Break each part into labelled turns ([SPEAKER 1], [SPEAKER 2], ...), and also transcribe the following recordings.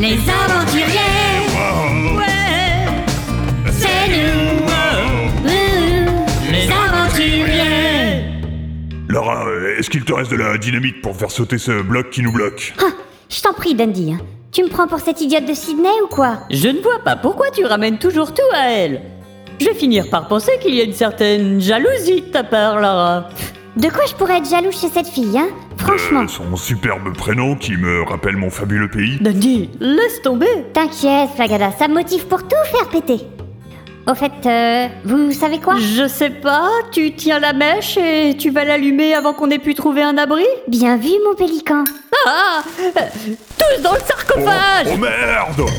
[SPEAKER 1] Les aventuriers, ouais, c'est nous. Ouh, Les aventuriers.
[SPEAKER 2] Laura, euh, est-ce qu'il te reste de la dynamite pour faire sauter ce bloc qui nous bloque
[SPEAKER 3] Ah, je t'en prie, Dundee. hein. Tu me prends pour cette idiote de Sydney ou quoi
[SPEAKER 4] Je ne vois pas pourquoi tu ramènes toujours tout à elle. Je vais finir par penser qu'il y a une certaine jalousie de ta part, Lara.
[SPEAKER 3] De quoi je pourrais être jaloux chez cette fille, hein Franchement.
[SPEAKER 2] Euh, Son superbe prénom qui me rappelle mon fabuleux pays.
[SPEAKER 4] Dundee, laisse tomber.
[SPEAKER 3] T'inquiète, Flagada, ça me motive pour tout faire péter. Au fait, euh, vous savez quoi
[SPEAKER 4] Je sais pas, tu tiens la mèche et tu vas l'allumer avant qu'on ait pu trouver un abri
[SPEAKER 3] Bien vu, mon pélican.
[SPEAKER 4] Ah euh, Tous dans le
[SPEAKER 2] Oh,
[SPEAKER 4] sarcophage euh,
[SPEAKER 2] oh merde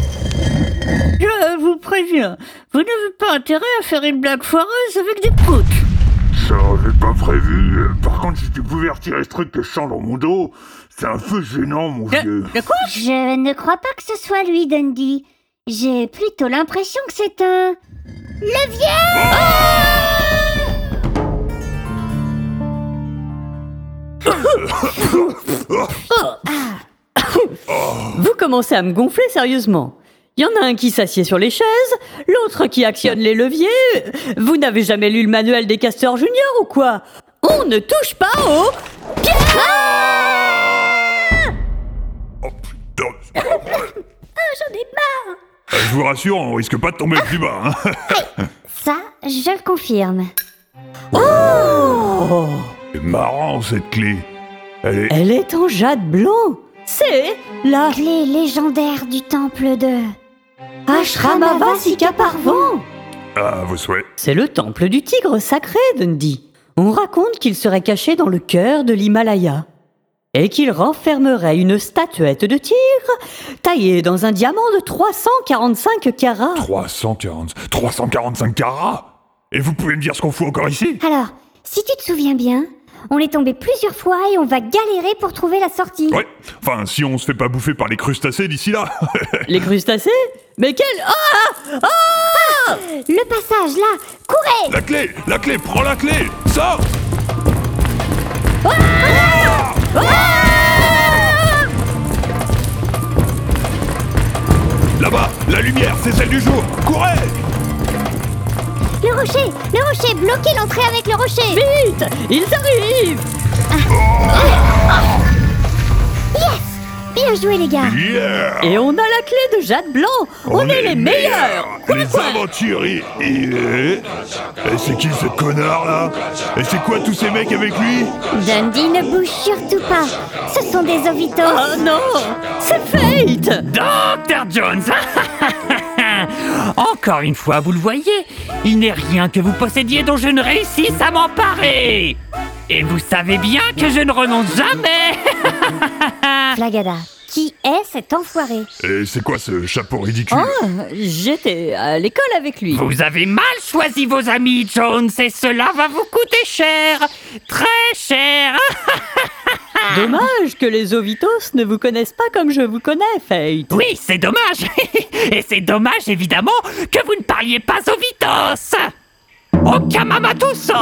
[SPEAKER 5] Je vous préviens, vous n'avez pas intérêt à faire une blague foireuse avec des proutes.
[SPEAKER 6] Ça, j'ai pas prévu. Euh, Par contre, si tu pouvais retirer ce truc que je sens dans mon dos, c'est un peu gênant, mon vieux.
[SPEAKER 5] De quoi
[SPEAKER 3] Je ne crois pas que ce soit lui, Dundee. J'ai plutôt l'impression que c'est un...
[SPEAKER 4] Vous commencez à me gonfler sérieusement. Il y en a un qui s'assied sur les chaises, l'autre qui actionne les leviers. Vous n'avez jamais lu le manuel des casteurs juniors ou quoi On ne touche pas au...
[SPEAKER 2] Oh putain Ah, j'en ai marre Je vous rassure, on risque pas de tomber plus bas. hein.
[SPEAKER 3] Ça, je le confirme.
[SPEAKER 4] Oh
[SPEAKER 2] C'est marrant cette clé. Elle est.
[SPEAKER 4] Elle est en jade blanc. C'est la
[SPEAKER 3] Clé légendaire du temple de...
[SPEAKER 4] Ashramavasika Parvan.
[SPEAKER 2] Ah, vos souhaits.
[SPEAKER 4] C'est le temple du tigre sacré, Dundee. On raconte qu'il serait caché dans le cœur de l'Himalaya et qu'il renfermerait une statuette de tigre taillée dans un diamant de 345 carats.
[SPEAKER 2] 340. 345 carats Et vous pouvez me dire ce qu'on fout encore ici
[SPEAKER 3] Alors, si tu te souviens bien, on est tombé plusieurs fois et on va galérer pour trouver la sortie.
[SPEAKER 2] Ouais, enfin, si on se fait pas bouffer par les crustacés d'ici là.
[SPEAKER 4] Les crustacés Mais quel... Ah Ah
[SPEAKER 3] Le passage, là Courez
[SPEAKER 2] la clé La clé Prends la clé Sors Ah Là-bas, la lumière, c'est celle du jour Courez
[SPEAKER 3] Le rocher Le rocher Bloquez l'entrée avec le rocher
[SPEAKER 4] Vite Ils arrivent
[SPEAKER 3] Yes Bien joué, les gars
[SPEAKER 2] Yeah
[SPEAKER 4] Et on a la clé de Jade Blanc On, est, les meilleurs Quoi,
[SPEAKER 2] Les
[SPEAKER 4] quoi
[SPEAKER 2] aventuriers Et et c'est qui ce connard là Et c'est quoi tous ces mecs avec lui
[SPEAKER 3] Dundee, ne bouge surtout pas Ce sont des ovitos
[SPEAKER 4] Oh non C'est Fate
[SPEAKER 7] Dr. Jones Encore une fois, vous le voyez, il n'est rien que vous possédiez dont je ne réussisse à m'emparer Et vous savez bien que je ne renonce jamais
[SPEAKER 3] Flagada, qui est cet enfoiré
[SPEAKER 2] Et c'est quoi ce chapeau ridicule
[SPEAKER 4] Ah, J'étais à l'école avec lui.
[SPEAKER 7] Vous avez mal choisi vos amis, Jones, et cela va vous coûter cher Très cher Ah,
[SPEAKER 4] Dommage que les Ovitos ne vous connaissent pas comme je vous connais, Fate.
[SPEAKER 7] Oui, c'est dommage Et c'est dommage, évidemment, que vous ne parliez pas au Vitos Au Kamamatuso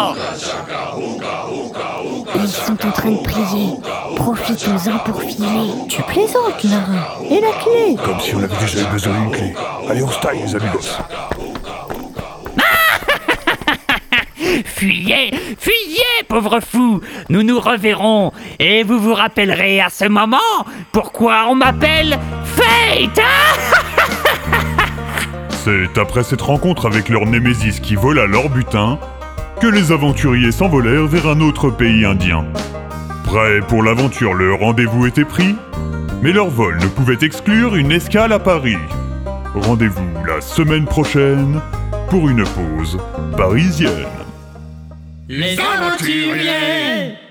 [SPEAKER 3] Ils sont en train de prier. Profitons-en pour filer.
[SPEAKER 4] Tu plaisantes, Lara. Et la clé
[SPEAKER 2] Comme si on avait déjà eu besoin d'une clé. Allez, on se taille les amigos
[SPEAKER 7] Fuyez, fuyez, pauvre fou Nous nous reverrons et vous vous rappellerez à ce moment pourquoi on m'appelle Fate hein
[SPEAKER 2] C'est après cette rencontre avec leur némésis qui vola leur butin que les aventuriers s'envolèrent vers un autre pays indien. Prêts pour l'aventure, le rendez-vous était pris, mais leur vol ne pouvait exclure une escale à Paris. Rendez-vous la semaine prochaine pour une pause parisienne.
[SPEAKER 1] Les aventuriers.